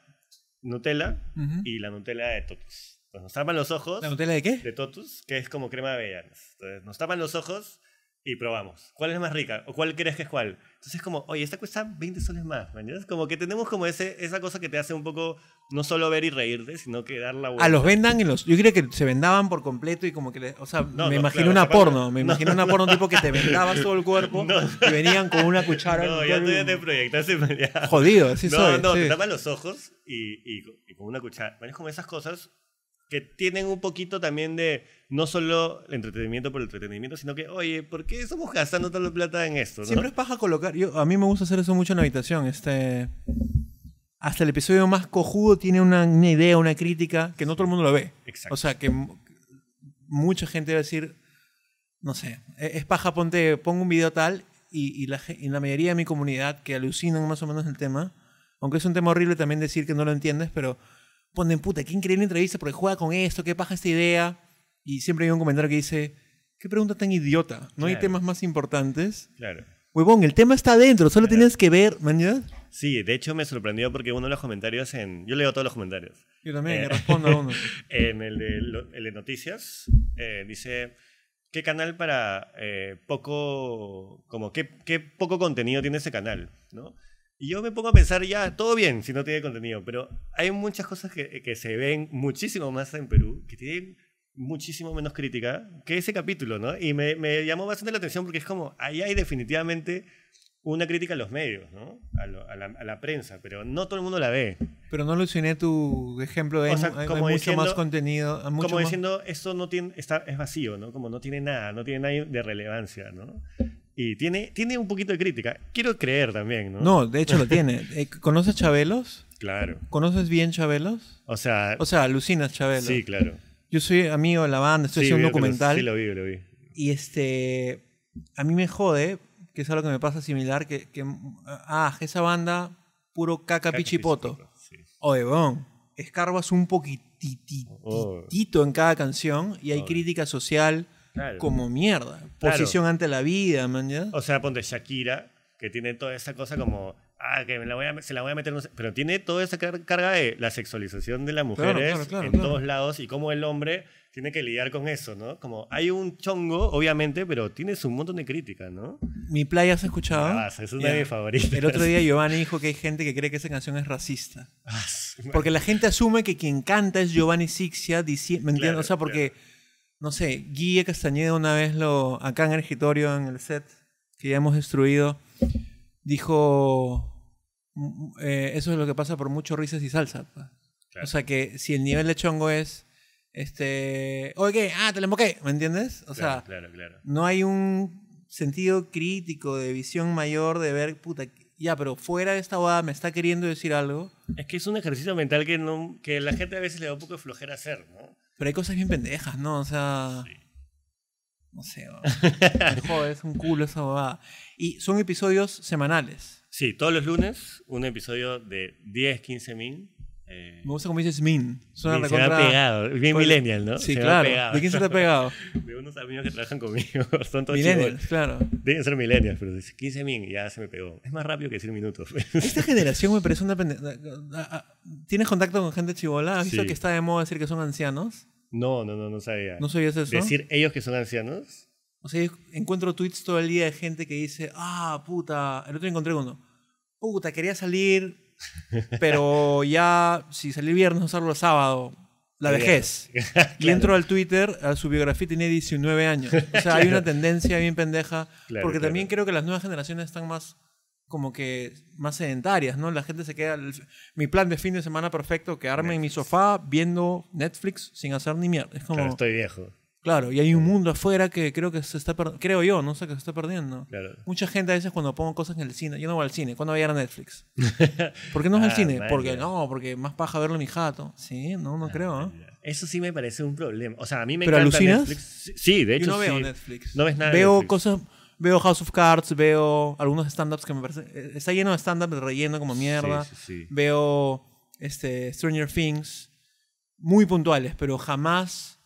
Speaker 2: Nutella
Speaker 1: Ujú.
Speaker 2: y la Nutella de Totus. Pues nos tapan los ojos
Speaker 1: ¿La Nutella de qué?
Speaker 2: de Totus, que es como crema de avellanas. Entonces nos tapan los ojos y probamos. ¿Cuál es más rica? ¿O cuál crees que es cuál? Entonces es como, oye, esta cuesta 20 soles más, ¿me entiendes? Como que tenemos como ese, esa cosa que te hace un poco no solo ver y reírte, sino que dar la vuelta.
Speaker 1: A los vendan en los. Yo creía que se vendaban por completo y como que. le- o sea,
Speaker 2: No,
Speaker 1: me
Speaker 2: no,
Speaker 1: imaginé
Speaker 2: claro,
Speaker 1: una
Speaker 2: capaz-
Speaker 1: porno. Me imaginé una porno tipo que te
Speaker 2: *laughs*
Speaker 1: vendabas todo el cuerpo
Speaker 2: No.
Speaker 1: y venían con una cuchara.
Speaker 2: No,
Speaker 1: en
Speaker 2: ya
Speaker 1: todo
Speaker 2: tú
Speaker 1: el-
Speaker 2: ya te proyectaste *laughs* ya.
Speaker 1: Jodido, así
Speaker 2: no,
Speaker 1: soy.
Speaker 2: no,
Speaker 1: sí.
Speaker 2: te tapan los ojos y, y, y con una cuchara. Bueno, Es como esas cosas que tienen un poquito también de no solo el entretenimiento por el entretenimiento, sino que, oye, ¿por qué estamos gastando tanta plata en esto? no?
Speaker 1: Siempre es paja colocar. Yo, a mí me gusta hacer eso mucho en la habitación. Este. Hasta el episodio más cojudo tiene una, una idea, una crítica que no todo el mundo lo ve.
Speaker 2: Exacto.
Speaker 1: O sea, que mu- mucha gente va a decir, no sé, e- es paja, ponte, pongo un video tal y, y la, ge- y la mayoría de mi comunidad que alucinan más o menos el tema, aunque es un tema horrible también decir que no lo entiendes, pero ponen, puta, qué increíble entrevista porque juega con esto, qué paja esta idea. Y siempre hay un comentario que dice, qué pregunta tan idiota, ¿no hay
Speaker 2: Claro.
Speaker 1: temas más importantes?
Speaker 2: Claro.
Speaker 1: Huevón, el tema está adentro, solo tienes que ver, ¿me entiendes?
Speaker 2: Sí, de hecho me sorprendió porque uno de los comentarios en... Yo leo todos los comentarios.
Speaker 1: Yo también,
Speaker 2: Eh. *laughs*
Speaker 1: le respondo a uno.
Speaker 2: En el de, lo- el de noticias eh, dice, ¿Qué canal para eh, poco, como qué, qué poco contenido tiene ese canal? ¿no? Y yo me pongo a pensar, ya, todo bien si no tiene contenido, pero hay muchas cosas que, que se ven muchísimo más en Perú, que tienen muchísimo menos crítica que ese capítulo, ¿no? Y me, me llamó bastante la atención porque es como, ahí hay definitivamente una crítica a los medios, ¿no? A, lo- a la, a la prensa, pero no todo el mundo la ve.
Speaker 1: Pero no aluciné tu ejemplo de
Speaker 2: O sea,
Speaker 1: hay- hay
Speaker 2: como
Speaker 1: mucho
Speaker 2: diciendo-
Speaker 1: más contenido. hay mucho
Speaker 2: como
Speaker 1: más-
Speaker 2: diciendo, esto no tiene, está, es vacío, ¿no? Como no tiene nada, no tiene nada de relevancia, ¿no? Y tiene, tiene un poquito de crítica. Quiero creer también, ¿no?
Speaker 1: No, de hecho lo tiene. Eh, ¿Conoces Chabelos?
Speaker 2: Claro.
Speaker 1: ¿Conoces bien Chabelos?
Speaker 2: O sea,
Speaker 1: O sea, alucinas Chabelos.
Speaker 2: sí, claro.
Speaker 1: Yo soy amigo de la banda, estoy
Speaker 2: Sí,
Speaker 1: haciendo
Speaker 2: vi-
Speaker 1: un documental.
Speaker 2: Sí, lo vi, lo vi.
Speaker 1: Y este. A mí me jode, que es algo que me pasa similar, que. que ah, esa banda, puro caca, pichipoto.
Speaker 2: Sí.
Speaker 1: Oye, weón, escarbas un poquititito
Speaker 2: Oh.
Speaker 1: en cada canción y hay
Speaker 2: Oh.
Speaker 1: crítica social
Speaker 2: Claro.
Speaker 1: como mierda.
Speaker 2: Claro.
Speaker 1: Posición ante la vida, man. ¿ya?
Speaker 2: O sea, ponte Shakira, que tiene toda esa cosa como, ah, que me la voy a, se la voy a meter, no sé, pero tiene toda esa car- carga de la sexualización de las mujeres
Speaker 1: claro, claro,
Speaker 2: en
Speaker 1: claro.
Speaker 2: todos lados y cómo el hombre tiene que lidiar con eso, ¿no? Como hay un chongo, obviamente, pero tienes un montón de crítica, ¿no?
Speaker 1: Mi playa se escuchaba.
Speaker 2: Ah, esa es una de mis favoritas.
Speaker 1: El otro día Giovanni dijo que hay gente que cree que esa canción es racista.
Speaker 2: Ah, su madre.
Speaker 1: Porque la gente asume que quien canta es Giovanni Sixia, dici- ¿me entiendes?
Speaker 2: Claro,
Speaker 1: o sea, porque, no sé, Guille Castañeda una vez lo, acá en el escritorio, en el set, que ya hemos destruido, dijo, "Mm, mm, eh, eso es lo que pasa por mucho risas y salsa. pa".
Speaker 2: Claro.
Speaker 1: O sea, que si el nivel de chongo es, este, oye, ¿qué? ah, te la moqué", ¿me entiendes? O sea,
Speaker 2: Claro, claro, claro.
Speaker 1: no hay un sentido crítico de visión mayor de ver, puta, ya, pero fuera de esta boda me está queriendo decir algo.
Speaker 2: Es que es un ejercicio mental que, no, que la gente a veces le da un poco de flojera hacer, ¿no?
Speaker 1: Pero hay cosas bien pendejas, ¿no? O sea. No sé,
Speaker 2: *laughs*
Speaker 1: weón. Me Joder, es un culo esa bobada. Y son episodios semanales.
Speaker 2: Sí, todos los lunes un episodio de 10, 15 mil. Eh,
Speaker 1: Me gusta como dices Min. Suena
Speaker 2: y se me ha
Speaker 1: recontra-
Speaker 2: pegado. Bien
Speaker 1: Oye,
Speaker 2: millennial, ¿no?
Speaker 1: Sí,
Speaker 2: Se me ha
Speaker 1: claro.
Speaker 2: pegado.
Speaker 1: ¿De quién se te ha pegado?
Speaker 2: *laughs* De unos amigos que trabajan conmigo. *laughs* Son todos
Speaker 1: Millennials,
Speaker 2: chicos.
Speaker 1: claro.
Speaker 2: Deben ser millennials, pero dice 15 mil ya se me pegó. Es más rápido que 100 minutos. *laughs*
Speaker 1: Esta generación me parece una pendeja. ¿Tienes contacto con gente chivola? ¿Has visto
Speaker 2: Sí.
Speaker 1: que está de moda decir que son ancianos?
Speaker 2: no, no, no, no sabía.
Speaker 1: ¿No sabías eso?
Speaker 2: Decir ellos que son ancianos.
Speaker 1: O sea, yo encuentro tweets todo el día de gente que dice, ah, puta, el otro día encontré uno, puta, quería
Speaker 2: *laughs*
Speaker 1: salir, pero ya, si salí viernes, usarlo sábado, la
Speaker 2: Bien. *laughs*
Speaker 1: vejez. Y entro al Twitter, a su biografía y tenía 19 años. O sea, hay una tendencia bien pendeja,
Speaker 2: *laughs* Claro,
Speaker 1: porque también
Speaker 2: claro.
Speaker 1: creo que las nuevas generaciones están más como que más sedentarias, ¿no? La gente se queda, el- mi plan de fin de semana perfecto, quedarme en mi sofá viendo Netflix sin hacer ni mierda. Es como,
Speaker 2: Claro, estoy viejo.
Speaker 1: Claro, y hay un mundo afuera que creo que se está perdiendo. Creo yo, no sé, que se está perdiendo.
Speaker 2: Claro.
Speaker 1: Mucha gente a veces cuando pongo cosas en el cine, yo no voy al cine, ¿cuándo voy a ir a
Speaker 2: *laughs*
Speaker 1: Netflix? ¿Por qué no vas
Speaker 2: Ah,
Speaker 1: al cine?
Speaker 2: vaya.
Speaker 1: Porque no, porque más paja verlo en mi jato. Sí, no,
Speaker 2: Ah,
Speaker 1: no creo, ¿eh? ¿no?
Speaker 2: Eso sí me parece un problema. O sea, a mí me
Speaker 1: ¿Pero
Speaker 2: encanta
Speaker 1: alucinas?
Speaker 2: Netflix. Sí, Sí, de hecho
Speaker 1: yo no veo
Speaker 2: sí.
Speaker 1: Netflix.
Speaker 2: No ves nada de
Speaker 1: Veo
Speaker 2: Netflix.
Speaker 1: cosas, veo House of Cards, veo algunos stand-ups que me parecen... eh, Está lleno de stand-up de relleno como mierda.
Speaker 2: Sí, sí, sí.
Speaker 1: Veo este, Stranger Things, muy puntuales, pero jamás...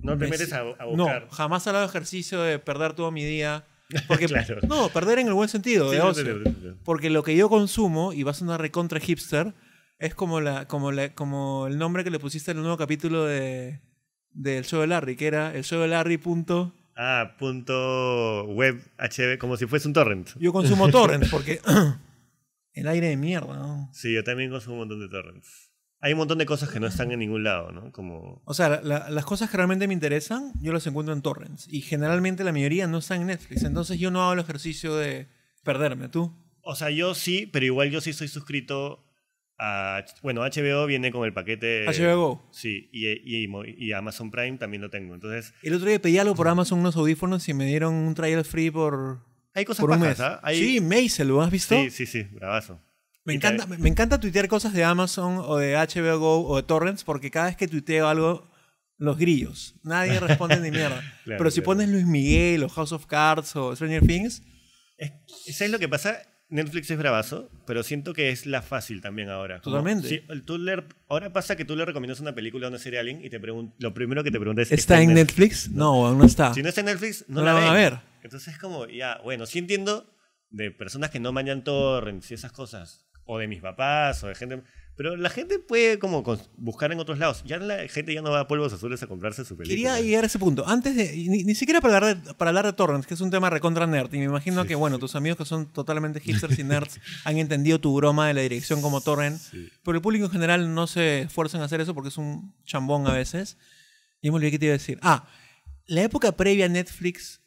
Speaker 2: No te
Speaker 1: Me
Speaker 2: metes
Speaker 1: si-
Speaker 2: a, a buscar.
Speaker 1: No, jamás al lado de ejercicio de perder todo mi
Speaker 2: *laughs*
Speaker 1: día. Porque,
Speaker 2: Claro.
Speaker 1: No, perder en el buen sentido,
Speaker 2: Sí,
Speaker 1: de
Speaker 2: no,
Speaker 1: ocio.
Speaker 2: no, no, no.
Speaker 1: Porque lo que yo consumo, y vas a una recontra hipster, es como, la, como, la, como el nombre que le pusiste en el nuevo capítulo de, del show de Larry, que era el show de Larry. Punto.
Speaker 2: Ah, punto web HB, como si fuese un torrent.
Speaker 1: Yo
Speaker 2: *laughs*
Speaker 1: consumo torrents porque *clears throat* el aire de mierda, ¿no?
Speaker 2: Sí, yo también consumo un montón de torrents. Hay un montón de cosas que no están en ningún lado, ¿no? Como.
Speaker 1: O sea, la- la- las cosas que realmente me interesan, yo las encuentro en torrents. Y generalmente la mayoría no están en Netflix. Entonces yo no hago el ejercicio de perderme, ¿tú?
Speaker 2: O sea, yo sí, pero igual yo sí estoy suscrito a. Bueno, HBO viene con el paquete.
Speaker 1: HBO Go.
Speaker 2: Sí, y, y- y Mo- y Amazon Prime también lo tengo. Entonces,
Speaker 1: El otro día pedí algo por Amazon, unos audífonos, y me dieron un trial free por,
Speaker 2: hay cosas
Speaker 1: por un
Speaker 2: bajas,
Speaker 1: mes.
Speaker 2: ¿ah? Hay-
Speaker 1: Sí, Maisel, ¿lo has visto?
Speaker 2: sí, sí, sí, bravazo.
Speaker 1: me,
Speaker 2: y
Speaker 1: encanta, me me encanta tuitear cosas de Amazon o de HBO Go o de Torrents porque cada vez que tuiteo algo, los grillos.
Speaker 2: *laughs*
Speaker 1: Nadie responde ni mierda.
Speaker 2: Claro,
Speaker 1: Pero si
Speaker 2: claro.
Speaker 1: pones Luis Miguel o House of Cards o Stranger Things,
Speaker 2: Es, ¿Sabes lo que pasa? Netflix es bravazo, pero siento que es la fácil también ahora. Como,
Speaker 1: Totalmente.
Speaker 2: sí, tú le- ahora pasa que tú le recomiendas una película o una serie a alguien y te pregun- lo primero que te preguntas es...
Speaker 1: ¿está en Netflix? No, aún no está.
Speaker 2: Si no está en Netflix, no,
Speaker 1: No
Speaker 2: la
Speaker 1: la van a
Speaker 2: ven.
Speaker 1: ver.
Speaker 2: Entonces es como, ya, bueno, sí entiendo de personas que no mañan torrents y esas cosas, o de mis papás, o de gente... Pero la gente puede como cons- buscar en otros lados. Ya la gente ya no va a polvos azules a comprarse su película.
Speaker 1: Quería llegar a ese punto. Antes de. Ni, ni siquiera para hablar, de, para hablar de Torrents, que es un tema recontra nerd. Y me imagino que, bueno, tus amigos que son totalmente
Speaker 2: *laughs*
Speaker 1: hipsters y nerds han entendido tu broma de la dirección como Torrent. Pero el público en general no se esfuerza en hacer eso porque es un chambón a veces. Y me olvidé que te iba a decir. Ah, la época previa a Netflix,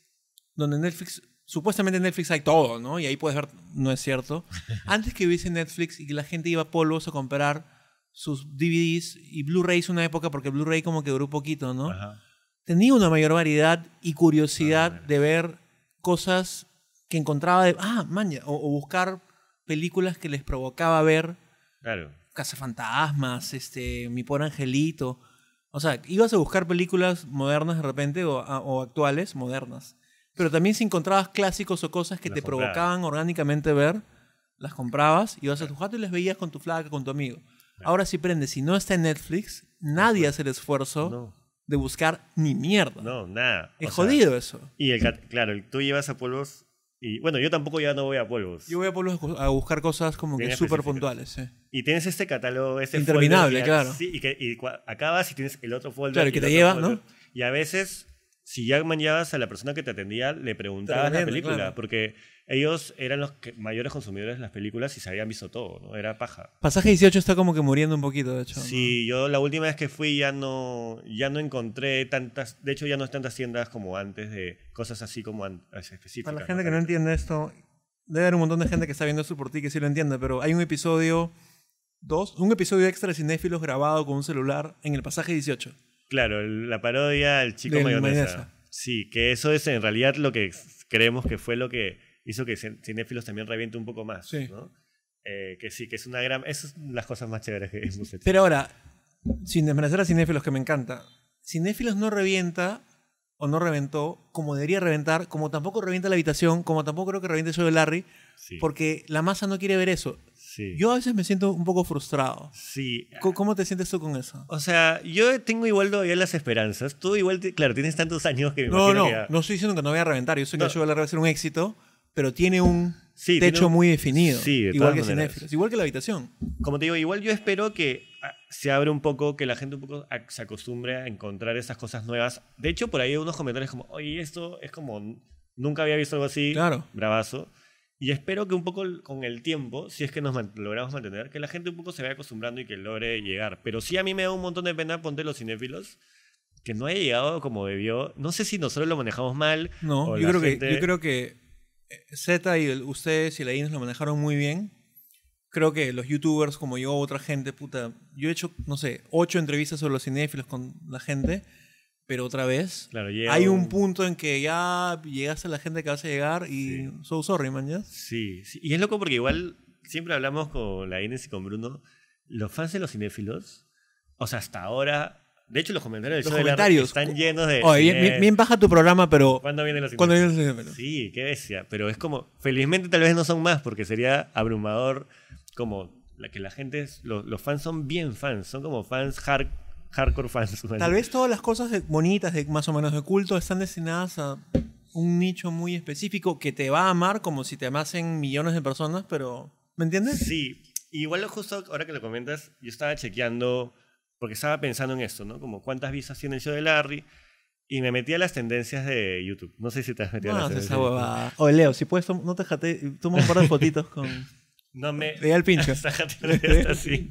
Speaker 1: donde Netflix. Supuestamente en Netflix hay todo, ¿no? Y ahí puedes ver. No es
Speaker 2: *laughs*
Speaker 1: cierto. Antes que hubiese Netflix y que la gente iba a polvos a comprar sus DVDs y Blu-rays una época porque Blu-ray como que duró poquito, ¿no?
Speaker 2: Ajá.
Speaker 1: tenía una mayor variedad y curiosidad
Speaker 2: Ah, mira.
Speaker 1: de ver cosas que encontraba de, ah, maña, o, o buscar películas que les provocaba ver
Speaker 2: Claro.
Speaker 1: Cazafantasmas, este, Mi Pobre Angelito. O sea, ibas a buscar películas modernas de repente o, a- o actuales, modernas. Pero también si encontrabas clásicos o cosas que
Speaker 2: Las
Speaker 1: te
Speaker 2: comprabas.
Speaker 1: provocaban orgánicamente ver, las comprabas, ibas a tu jato y las veías con tu flaca, con tu amigo. Ahora sí prende, si no está en Netflix, nadie hace el esfuerzo
Speaker 2: No,
Speaker 1: de buscar ni mierda.
Speaker 2: no, nada.
Speaker 1: Es
Speaker 2: O sea,
Speaker 1: jodido eso.
Speaker 2: Y el cat- claro, el- tú llevas a polvos y bueno, yo tampoco ya no voy a polvos.
Speaker 1: Yo voy a Pueblos a buscar cosas como que
Speaker 2: Bien
Speaker 1: súper
Speaker 2: específicas.
Speaker 1: puntuales. sí.
Speaker 2: Y tienes este catálogo, este
Speaker 1: Interminable,
Speaker 2: folder, y-
Speaker 1: claro.
Speaker 2: Sí, y, que, y cua- acabas y tienes el otro folder.
Speaker 1: Claro,
Speaker 2: y
Speaker 1: que
Speaker 2: el
Speaker 1: te
Speaker 2: otro
Speaker 1: lleva,
Speaker 2: folder.
Speaker 1: ¿no?
Speaker 2: Y a veces, si ya manllabas a la persona que te atendía, le preguntabas la
Speaker 1: Tremendo,
Speaker 2: película,
Speaker 1: claro.
Speaker 2: porque ellos eran los que- mayores consumidores de las películas y se habían visto todo, ¿no? Era paja.
Speaker 1: Pasaje 18 está como que muriendo un poquito, de hecho. ¿no?
Speaker 2: Sí, yo la última vez que fui ya no, ya no encontré tantas, de hecho ya no hay tantas tiendas como antes de cosas así como an- específicas.
Speaker 1: Para la
Speaker 2: ¿no?
Speaker 1: gente que no entiende esto, debe haber un montón de gente que está viendo esto por ti que sí lo entiende, pero hay un episodio, dos, un episodio extra de cinéfilos grabado con un celular en el pasaje 18.
Speaker 2: Claro, el- la parodia El chico
Speaker 1: Del
Speaker 2: mayonesa.
Speaker 1: mayonesa.
Speaker 2: Sí, que eso es en realidad lo que creemos que fue lo que hizo que Cin- Cinéfilos también reviente un poco más.
Speaker 1: Sí.
Speaker 2: ¿no? Eh, que sí, que es una gran. Esas son las cosas más chéveres que hemos hecho.
Speaker 1: Pero ahora, sin desmerecer a cinéfilos, que me encanta, cinéfilos no revienta o no reventó como debería reventar, como tampoco revienta la habitación, como tampoco creo que reviente yo de Larry,
Speaker 2: Sí,
Speaker 1: porque la masa no quiere ver eso.
Speaker 2: sí.
Speaker 1: Yo a veces me siento un poco frustrado.
Speaker 2: Sí.
Speaker 1: Co- ¿Cómo te sientes tú con eso?
Speaker 2: O sea, yo tengo igual todavía las esperanzas. Tú igual, te- claro, tienes tantos años que me
Speaker 1: No,
Speaker 2: imagino
Speaker 1: no,
Speaker 2: que ya-
Speaker 1: no estoy diciendo que no voy a reventar. Yo sé que
Speaker 2: No.
Speaker 1: yo voy a va a ser un éxito, pero tiene un
Speaker 2: Sí, tiene
Speaker 1: techo
Speaker 2: un-
Speaker 1: muy definido.
Speaker 2: Sí, de
Speaker 1: igual
Speaker 2: todas
Speaker 1: que
Speaker 2: maneras.
Speaker 1: Cinéfilos, igual que la habitación.
Speaker 2: como te digo, igual yo espero que ah, se abra un poco, que la gente un poco ac- se acostumbre a encontrar esas cosas nuevas. De hecho, por ahí hay unos comentarios como, oye, esto es como, n- nunca había visto algo así,
Speaker 1: Claro.
Speaker 2: bravazo. Y espero que un poco l- con el tiempo, si es que nos man- logramos mantener, que la gente un poco se vaya acostumbrando y que logre llegar. Pero sí a mí me da un montón de pena, ponte los cinéfilos, que no haya llegado como debió. No sé si nosotros lo manejamos mal.
Speaker 1: No,
Speaker 2: o
Speaker 1: yo
Speaker 2: la
Speaker 1: creo, que,
Speaker 2: gente-
Speaker 1: yo creo que eh, Z y el- ustedes y la Ines lo manejaron muy bien. Creo que los youtubers como yo, otra gente, puta, yo he hecho, no sé, ocho entrevistas sobre los cinéfilos con la gente, pero otra vez
Speaker 2: Claro, llega
Speaker 1: hay un
Speaker 2: un-
Speaker 1: punto en que ya llegaste a la gente que vas a llegar y
Speaker 2: Sí.
Speaker 1: so sorry, man, ¿ya?
Speaker 2: Sí, sí, y es loco porque igual siempre hablamos con la Inés y con Bruno, los fans de los cinéfilos, o sea, hasta ahora, de hecho los comentarios del
Speaker 1: Los
Speaker 2: show de la-
Speaker 1: comentarios.
Speaker 2: están llenos de...
Speaker 1: Oye, bien, bien- bien baja tu programa, pero
Speaker 2: ¿Cuándo vienen los
Speaker 1: cuando
Speaker 2: cinéfilos?
Speaker 1: vienes a decirme?
Speaker 2: Sí, qué bestia, pero es como, felizmente tal vez no son más porque sería abrumador como la que la gente, es- lo- los, fans son bien fans, son como fans hard- hardcore fans. *laughs* man.
Speaker 1: Tal vez todas las cosas de- bonitas, de, más o menos de culto, están destinadas a un nicho muy específico que te va a amar como si te amasen millones de personas, pero ¿me entiendes?
Speaker 2: Sí, igual justo ahora que lo comentas, yo estaba chequeando, porque estaba pensando en esto, ¿no? Como cuántas visas tiene el show de Larry, y me metí a las tendencias de YouTube. No sé si te has metido
Speaker 1: No
Speaker 2: a las
Speaker 1: haces
Speaker 2: tendencias.
Speaker 1: esa
Speaker 2: de YouTube.
Speaker 1: huevada. Oye, Leo, si puedes, tom- no te jate, toma un par de fotitos
Speaker 2: *laughs*
Speaker 1: con... *laughs*
Speaker 2: No me... *laughs*
Speaker 1: Le da el pincho.
Speaker 2: Sácate la testa así.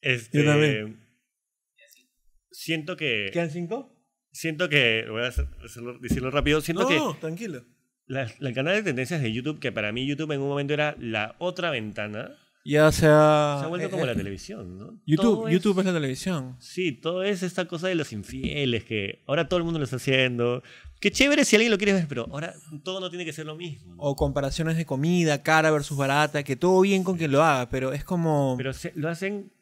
Speaker 2: Este,
Speaker 1: Yo también.
Speaker 2: Siento que...
Speaker 1: ¿Quedan cinco?
Speaker 2: Siento que... Voy a hacer- hacerlo- decirlo rápido. Siento
Speaker 1: No,
Speaker 2: que...
Speaker 1: no, tranquilo.
Speaker 2: la- el canal de tendencias de YouTube, que para mí YouTube en un momento era la otra ventana,
Speaker 1: Ya se ha...
Speaker 2: se ha vuelto
Speaker 1: eh,
Speaker 2: como
Speaker 1: eh,
Speaker 2: la televisión, ¿no? Todo
Speaker 1: YouTube,
Speaker 2: es-
Speaker 1: YouTube es la televisión.
Speaker 2: Sí, todo es esta cosa de los infieles que ahora todo el mundo lo está haciendo. Qué chévere si alguien lo quiere ver, pero ahora todo no tiene que ser lo mismo. ¿no?
Speaker 1: O comparaciones de comida, cara versus barata, que todo bien con quien lo haga, pero es como...
Speaker 2: Pero se- lo hacen.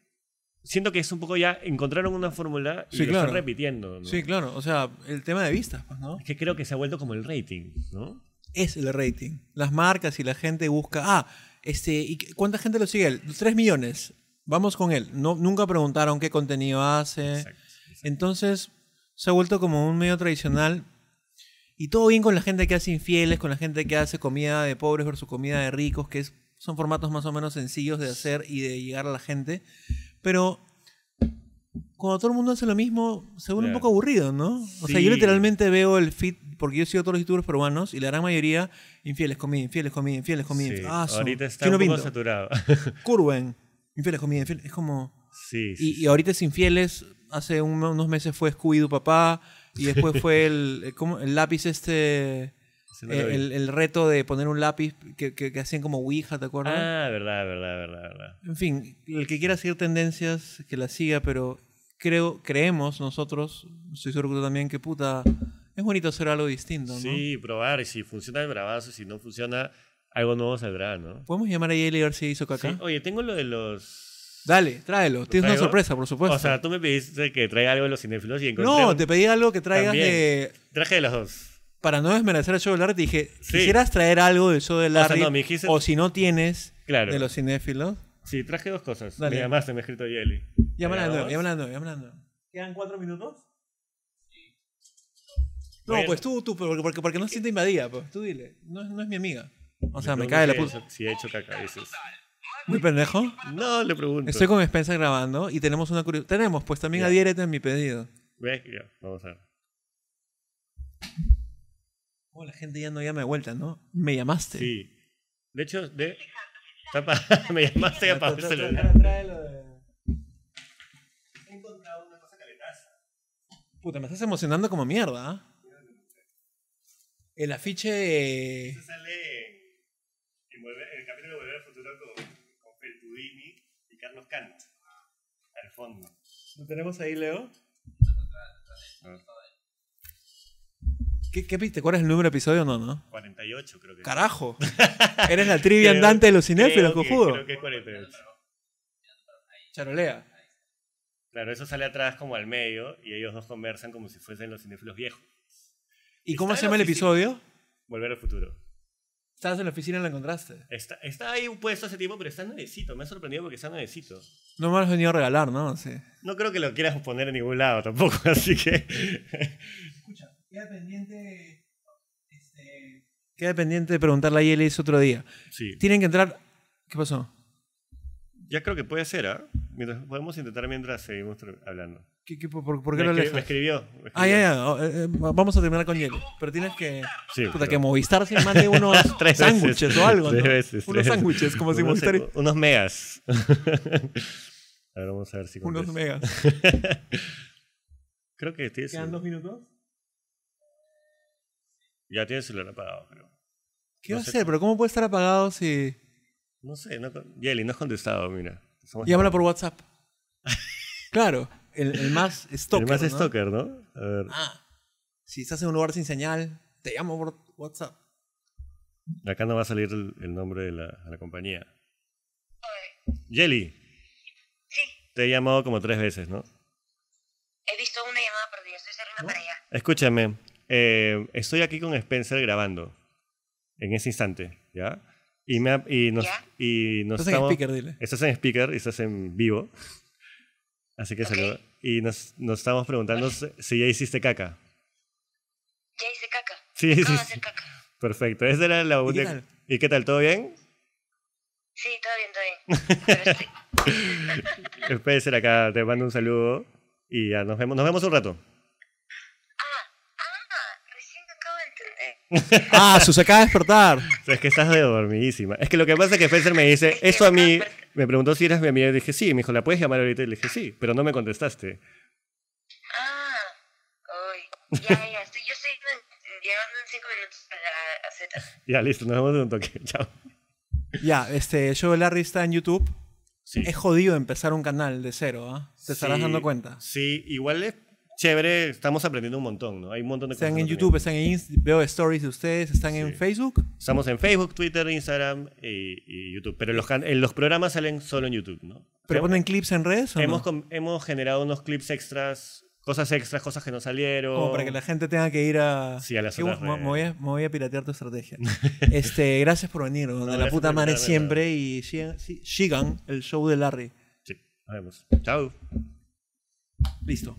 Speaker 2: Siento que es un poco ya encontraron una fórmula y
Speaker 1: Sí,
Speaker 2: lo
Speaker 1: claro.
Speaker 2: están repitiendo. ¿no?
Speaker 1: Sí, claro, o sea, el tema de vistas, pues, ¿no?
Speaker 2: Es que creo que se ha vuelto como el rating, ¿no?
Speaker 1: es el rating. Las marcas y la gente busca, ah, este, ¿y qué- cuánta gente lo sigue él? 3 millones. Vamos con él. No, nunca preguntaron qué contenido hace.
Speaker 2: Exacto, exacto.
Speaker 1: Entonces, se ha vuelto como un medio tradicional. Y todo bien con la gente que hace infieles, con la gente que hace comida de pobres versus comida de ricos, que es Son formatos más o menos sencillos de hacer y de llegar a la gente. Pero cuando todo el mundo hace lo mismo, se vuelve
Speaker 2: Claro.
Speaker 1: un poco aburrido, ¿no? O sea,
Speaker 2: Sí.
Speaker 1: yo literalmente veo el feed, porque yo sigo a todos los youtubers peruanos y la gran mayoría, infieles comida, infieles comida, infieles comida.
Speaker 2: Sí,
Speaker 1: infieles- Ah, su-
Speaker 2: ahorita está
Speaker 1: Chino
Speaker 2: un poco
Speaker 1: Pinto,
Speaker 2: saturado. *laughs*
Speaker 1: Curwen, infieles comida, infieles. Es como.
Speaker 2: sí, sí,
Speaker 1: Y, y ahorita es infieles. Hace un- unos meses fue Scooby-Doo Papá. Y después fue
Speaker 2: *laughs*
Speaker 1: el, eh, ¿cómo? el lápiz este.
Speaker 2: sí, no lo vi.
Speaker 1: El, el reto de poner un lápiz que, que- que hacían como Ouija, ¿te acuerdas?
Speaker 2: Ah, verdad, verdad, verdad, verdad.
Speaker 1: En fin, el que quiera seguir tendencias, que las siga, pero creo, creemos nosotros, estoy seguro que tú también, que puta, es bonito hacer algo distinto, ¿no?
Speaker 2: Sí, probar. Y si funciona el bravazo, si no funciona, algo nuevo saldrá, ¿no?
Speaker 1: ¿Podemos llamar a Yael y ver si hizo caca?
Speaker 2: Sí. Oye, tengo lo de los.
Speaker 1: Dale, tráelo. Tienes una
Speaker 2: traigo?
Speaker 1: sorpresa, por supuesto.
Speaker 2: O sea, tú me pediste que traiga algo de los cinéfilos y encontré.
Speaker 1: no,
Speaker 2: un-
Speaker 1: te pedí algo que traigas
Speaker 2: También.
Speaker 1: de...
Speaker 2: Traje de los dos.
Speaker 1: Para no desmerecer el show del arte, te dije,
Speaker 2: Sí.
Speaker 1: ¿quisieras traer algo del show del
Speaker 2: sea,
Speaker 1: arte?
Speaker 2: no, me dijiste-
Speaker 1: O si no tienes,
Speaker 2: Claro.
Speaker 1: de los cinéfilos.
Speaker 2: Sí, traje dos cosas.
Speaker 1: Dale.
Speaker 2: Me llamaste, me ha escrito Yeli.
Speaker 1: Llámala de
Speaker 2: ¿Te
Speaker 1: nuevo,
Speaker 2: llamabas?
Speaker 1: llámala de nuevo, llámala de nuevo. ¿Quedan cuatro minutos? No,
Speaker 2: Bueno.
Speaker 1: pues tú, tú, porque, porque, porque no se siente invadida, pues tú dile. No, es- no es mi amiga. O sea, me
Speaker 2: pregunto
Speaker 1: cae la
Speaker 2: si he
Speaker 1: puta.
Speaker 2: hecho- Si he hecho caca, dices.
Speaker 1: Muy pendejo.
Speaker 2: No, le pregunto.
Speaker 1: Estoy con Spencer grabando y tenemos una curiosidad. Tenemos, pues también
Speaker 2: Ya.
Speaker 1: adhiérete a mi pedido.
Speaker 2: Ve, ya, vamos a ver.
Speaker 1: Oh, la gente ya no llama de vuelta, ¿no? Me llamaste.
Speaker 2: Sí. De hecho, de. Está pa- *laughs* me llamaste a apagar el celular. He encontrado una cosa caletaza.
Speaker 1: Puta, me estás emocionando como mierda. ¿ah? El afiche. eh,
Speaker 2: Esto sale en, Volver- en el capítulo de Volver al Futuro con, con Felpudini y Carlos Kant. Al fondo.
Speaker 1: ¿Lo tenemos ahí, Leo? ¿Qué, qué viste? ¿Cuál es el número de episodio o no, no?
Speaker 2: 48, creo que.
Speaker 1: ¡Carajo! *laughs* Eres la trivia andante de los cinéfilos,
Speaker 2: creo que-
Speaker 1: cojudo.
Speaker 2: Creo que es 48.
Speaker 1: Charolea.
Speaker 2: Claro, eso sale atrás como al medio y ellos dos conversan como si fuesen los cinéfilos viejos.
Speaker 1: ¿Y cómo
Speaker 2: Está
Speaker 1: se
Speaker 2: en
Speaker 1: llama el
Speaker 2: la oficina.
Speaker 1: episodio?
Speaker 2: Volver al futuro.
Speaker 1: Estabas en la oficina y lo encontraste.
Speaker 2: Está, está ahí puesto hace tiempo, pero está nuevecito. Me ha sorprendido porque está nuevecito.
Speaker 1: No me lo has venido a regalar, ¿no? Sí.
Speaker 2: No creo que lo quieras poner en ningún lado tampoco, *laughs* así que.
Speaker 1: Escucha, queda pendiente. este, Queda pendiente de preguntarle a Yelis otro día.
Speaker 2: Sí.
Speaker 1: Tienen que entrar. ¿Qué pasó?
Speaker 2: Ya creo que puede ser, ¿ah? Mientras- Podemos intentar mientras seguimos tra- hablando.
Speaker 1: ¿Qué, qué- por, por- por qué lo
Speaker 2: me, escri- me
Speaker 1: alejas?
Speaker 2: escribió. me
Speaker 1: Ah,
Speaker 2: escribió.
Speaker 1: ya, ya. oh, eh, eh, vamos a terminar con Yelis. Pero tienes que.
Speaker 2: Sí,
Speaker 1: Puta,
Speaker 2: pero-
Speaker 1: que Movistar se mande unos
Speaker 2: *laughs* Tres
Speaker 1: sándwiches
Speaker 2: veces.
Speaker 1: o algo. ¿no?
Speaker 2: Tres veces,
Speaker 1: Unos
Speaker 2: tres veces.
Speaker 1: sándwiches, como si
Speaker 2: unos,
Speaker 1: Movistar.
Speaker 2: unos *laughs* megas. a ver, vamos a ver si.
Speaker 1: Unos
Speaker 2: contesta.
Speaker 1: megas.
Speaker 2: Creo que tienes.
Speaker 1: ¿Quedan dos minutos?
Speaker 2: Ya tienes el celular apagado, creo.
Speaker 1: ¿Qué
Speaker 2: No
Speaker 1: va a
Speaker 2: sé
Speaker 1: ser? ¿Pero cómo puede estar apagado si.?
Speaker 2: No sé, no, con- Yeli, no has contestado, mira. Somos-
Speaker 1: Llámala por WhatsApp. Claro, el, el más stalker.
Speaker 2: El más
Speaker 1: ¿no?
Speaker 2: stalker, ¿no? A ver,
Speaker 1: Ah, si estás en un lugar sin señal, te llamo por WhatsApp.
Speaker 2: acá no va a salir el, el nombre de la, de la compañía. Yeli. Te he llamado como tres veces, ¿no?
Speaker 3: He visto una llamada perdida, estoy saliendo para allá.
Speaker 2: Escúchame, eh, estoy aquí con Spencer grabando en ese instante, ¿ya? Y, me ha- y nos,
Speaker 3: ¿Ya?
Speaker 2: y nos
Speaker 1: Estás en
Speaker 2: estamos-
Speaker 1: speaker, dile.
Speaker 2: Estás en speaker y estás en vivo. Así que
Speaker 3: Ok.
Speaker 2: saluda. Y nos, nos estamos preguntando si- si ya hiciste caca.
Speaker 3: Ya hice caca.
Speaker 2: Sí, sí,
Speaker 3: Acabo de
Speaker 2: sí.
Speaker 3: hacer caca.
Speaker 2: Perfecto. Esa era la
Speaker 1: qué
Speaker 2: única.
Speaker 1: tal?
Speaker 2: ¿Y qué tal? ¿Todo bien?
Speaker 3: Sí, todo bien, todo bien. Pero estoy-
Speaker 2: Spencer acá, te mando un saludo. Y ya nos vemos, nos vemos un rato.
Speaker 3: Ah, recién acabo de entender.
Speaker 1: Ah, Sus acaba de despertar.
Speaker 2: O sea, es que estás de dormidísima. Es que lo que pasa es que Spencer me dice,
Speaker 3: que
Speaker 2: eso a mí,
Speaker 3: acá-
Speaker 2: me preguntó si eras mi amiga y dije, sí, me dijo, ¿la puedes llamar ahorita? Y le dije, sí, pero no me contestaste.
Speaker 3: Ah, uy. Ya, ya, estoy, yo estoy en- llegando en cinco minutos a la a Z.
Speaker 2: Ya, listo, nos vemos en un toque. *laughs* Chao.
Speaker 1: Ya, este, yo Larry está en YouTube.
Speaker 2: Sí.
Speaker 1: Es jodido empezar un canal de cero, ¿ah? Te estarás
Speaker 2: Sí,
Speaker 1: dando cuenta.
Speaker 2: Sí, igual es chévere, estamos aprendiendo un montón, ¿no? Hay un montón de
Speaker 1: Están
Speaker 2: cosas
Speaker 1: en
Speaker 2: que
Speaker 1: YouTube,
Speaker 2: aprendemos.
Speaker 1: están en Inst- veo stories de ustedes, están en
Speaker 2: Sí.
Speaker 1: Facebook.
Speaker 2: Estamos en Facebook, Twitter, Instagram y, y YouTube. Pero los, can- en los programas salen solo en YouTube, ¿no?
Speaker 1: ¿Pero
Speaker 2: Hemos-
Speaker 1: ponen clips en redes o no?
Speaker 2: hemos, com- hemos generado unos clips extras, cosas extras, cosas que no salieron.
Speaker 1: Como para que la gente tenga que ir a.
Speaker 2: Sí, a las
Speaker 1: Que
Speaker 2: otras
Speaker 1: bueno, me,
Speaker 2: redes.
Speaker 1: voy a, me voy a piratear tu
Speaker 2: *laughs*
Speaker 1: estrategia. este, gracias por venir, de la
Speaker 2: gracias
Speaker 1: puta
Speaker 2: por
Speaker 1: madre
Speaker 2: invitarme,
Speaker 1: siempre. Y sigan, sí, sigan el show de Larry.
Speaker 2: Sí, nos vemos. Chao.
Speaker 1: Listo.